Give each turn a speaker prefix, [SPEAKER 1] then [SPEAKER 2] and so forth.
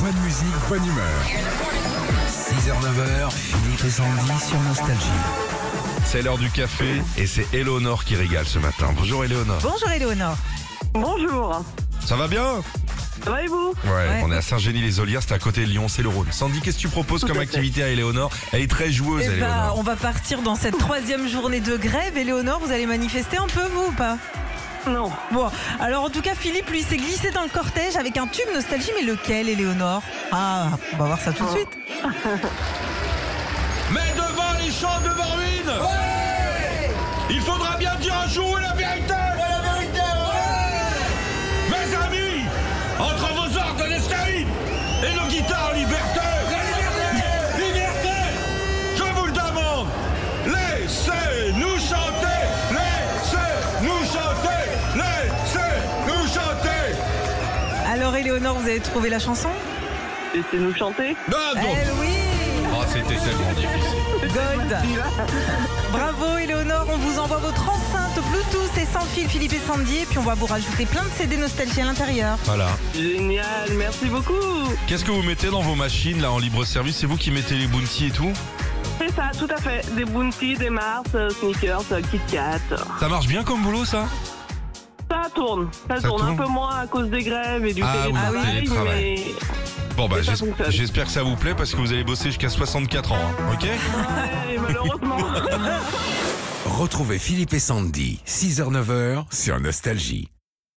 [SPEAKER 1] Bonne musique, bonne humeur.
[SPEAKER 2] 6h-9h, Philippe et Sandy sur Nostalgie.
[SPEAKER 3] C'est l'heure du café et c'est Éléonore qui régale ce matin. Bonjour Éléonore.
[SPEAKER 4] Bonjour Éléonore.
[SPEAKER 5] Bonjour.
[SPEAKER 3] Ça va bien
[SPEAKER 5] Ça va et vous
[SPEAKER 3] ouais, On est à Saint-Génie-les-Olières, c'est à côté de Lyon, c'est le Rhône. Sandy, qu'est-ce que tu proposes comme activité à Éléonore Elle est très joueuse,
[SPEAKER 4] Eh ben,
[SPEAKER 3] Éléonore.
[SPEAKER 4] on va partir dans cette troisième journée de grève. Éléonore, vous allez manifester un peu, vous ou pas
[SPEAKER 5] Non.
[SPEAKER 4] Bon, alors en tout cas, Philippe, lui, s'est glissé dans le cortège avec un tube nostalgie, mais lequel, Éléonore Ah, on va voir ça tout de suite.
[SPEAKER 6] Mais devant les champs de Borwin Il faudra bien dire un jour où est la vérité Mes amis Entre vos orgues de stérile et nos guitares en liberté La liberté Je vous le demande Laissez-nous chanter Laissez-nous chanter Laissez-nous chanter
[SPEAKER 4] Alors, Éléonore, vous avez trouvé la chanson
[SPEAKER 5] Laissez-nous chanter.
[SPEAKER 6] Non,
[SPEAKER 4] Eh
[SPEAKER 6] non.
[SPEAKER 4] oui
[SPEAKER 3] Oh, Ah, c'était tellement difficile.
[SPEAKER 4] Gold Bravo, Éléonore, on vous envoie votre enceinte Bluetooth et sans fil, Philippe et Sandy, et puis on va vous rajouter plein de CD nostalgie à l'intérieur.
[SPEAKER 3] Voilà.
[SPEAKER 5] Génial, merci beaucoup.
[SPEAKER 3] Qu'est-ce que vous mettez dans vos machines là en libre service C'est vous qui mettez les bounties et tout
[SPEAKER 5] C'est ça, tout à fait. Des Bounty, des Mars, euh, Sneakers, euh, Kit Kat.
[SPEAKER 3] Ça marche bien comme boulot ça
[SPEAKER 5] Ça tourne. Ça,
[SPEAKER 3] Ça
[SPEAKER 5] tourne. un
[SPEAKER 3] tourne.
[SPEAKER 5] peu moins à cause des grèves et du
[SPEAKER 3] Ah oui,
[SPEAKER 5] télétravail,
[SPEAKER 3] télétravail.
[SPEAKER 5] mais
[SPEAKER 3] Bon bah
[SPEAKER 5] Et ça
[SPEAKER 3] j'es-
[SPEAKER 5] fonctionne.
[SPEAKER 3] j'espère que ça vous plaît parce que vous allez bosser jusqu'à 64 ans, hein, ok
[SPEAKER 5] ouais, malheureusement.
[SPEAKER 2] Retrouvez Philippe et Sandy, 6h-9h sur Nostalgie.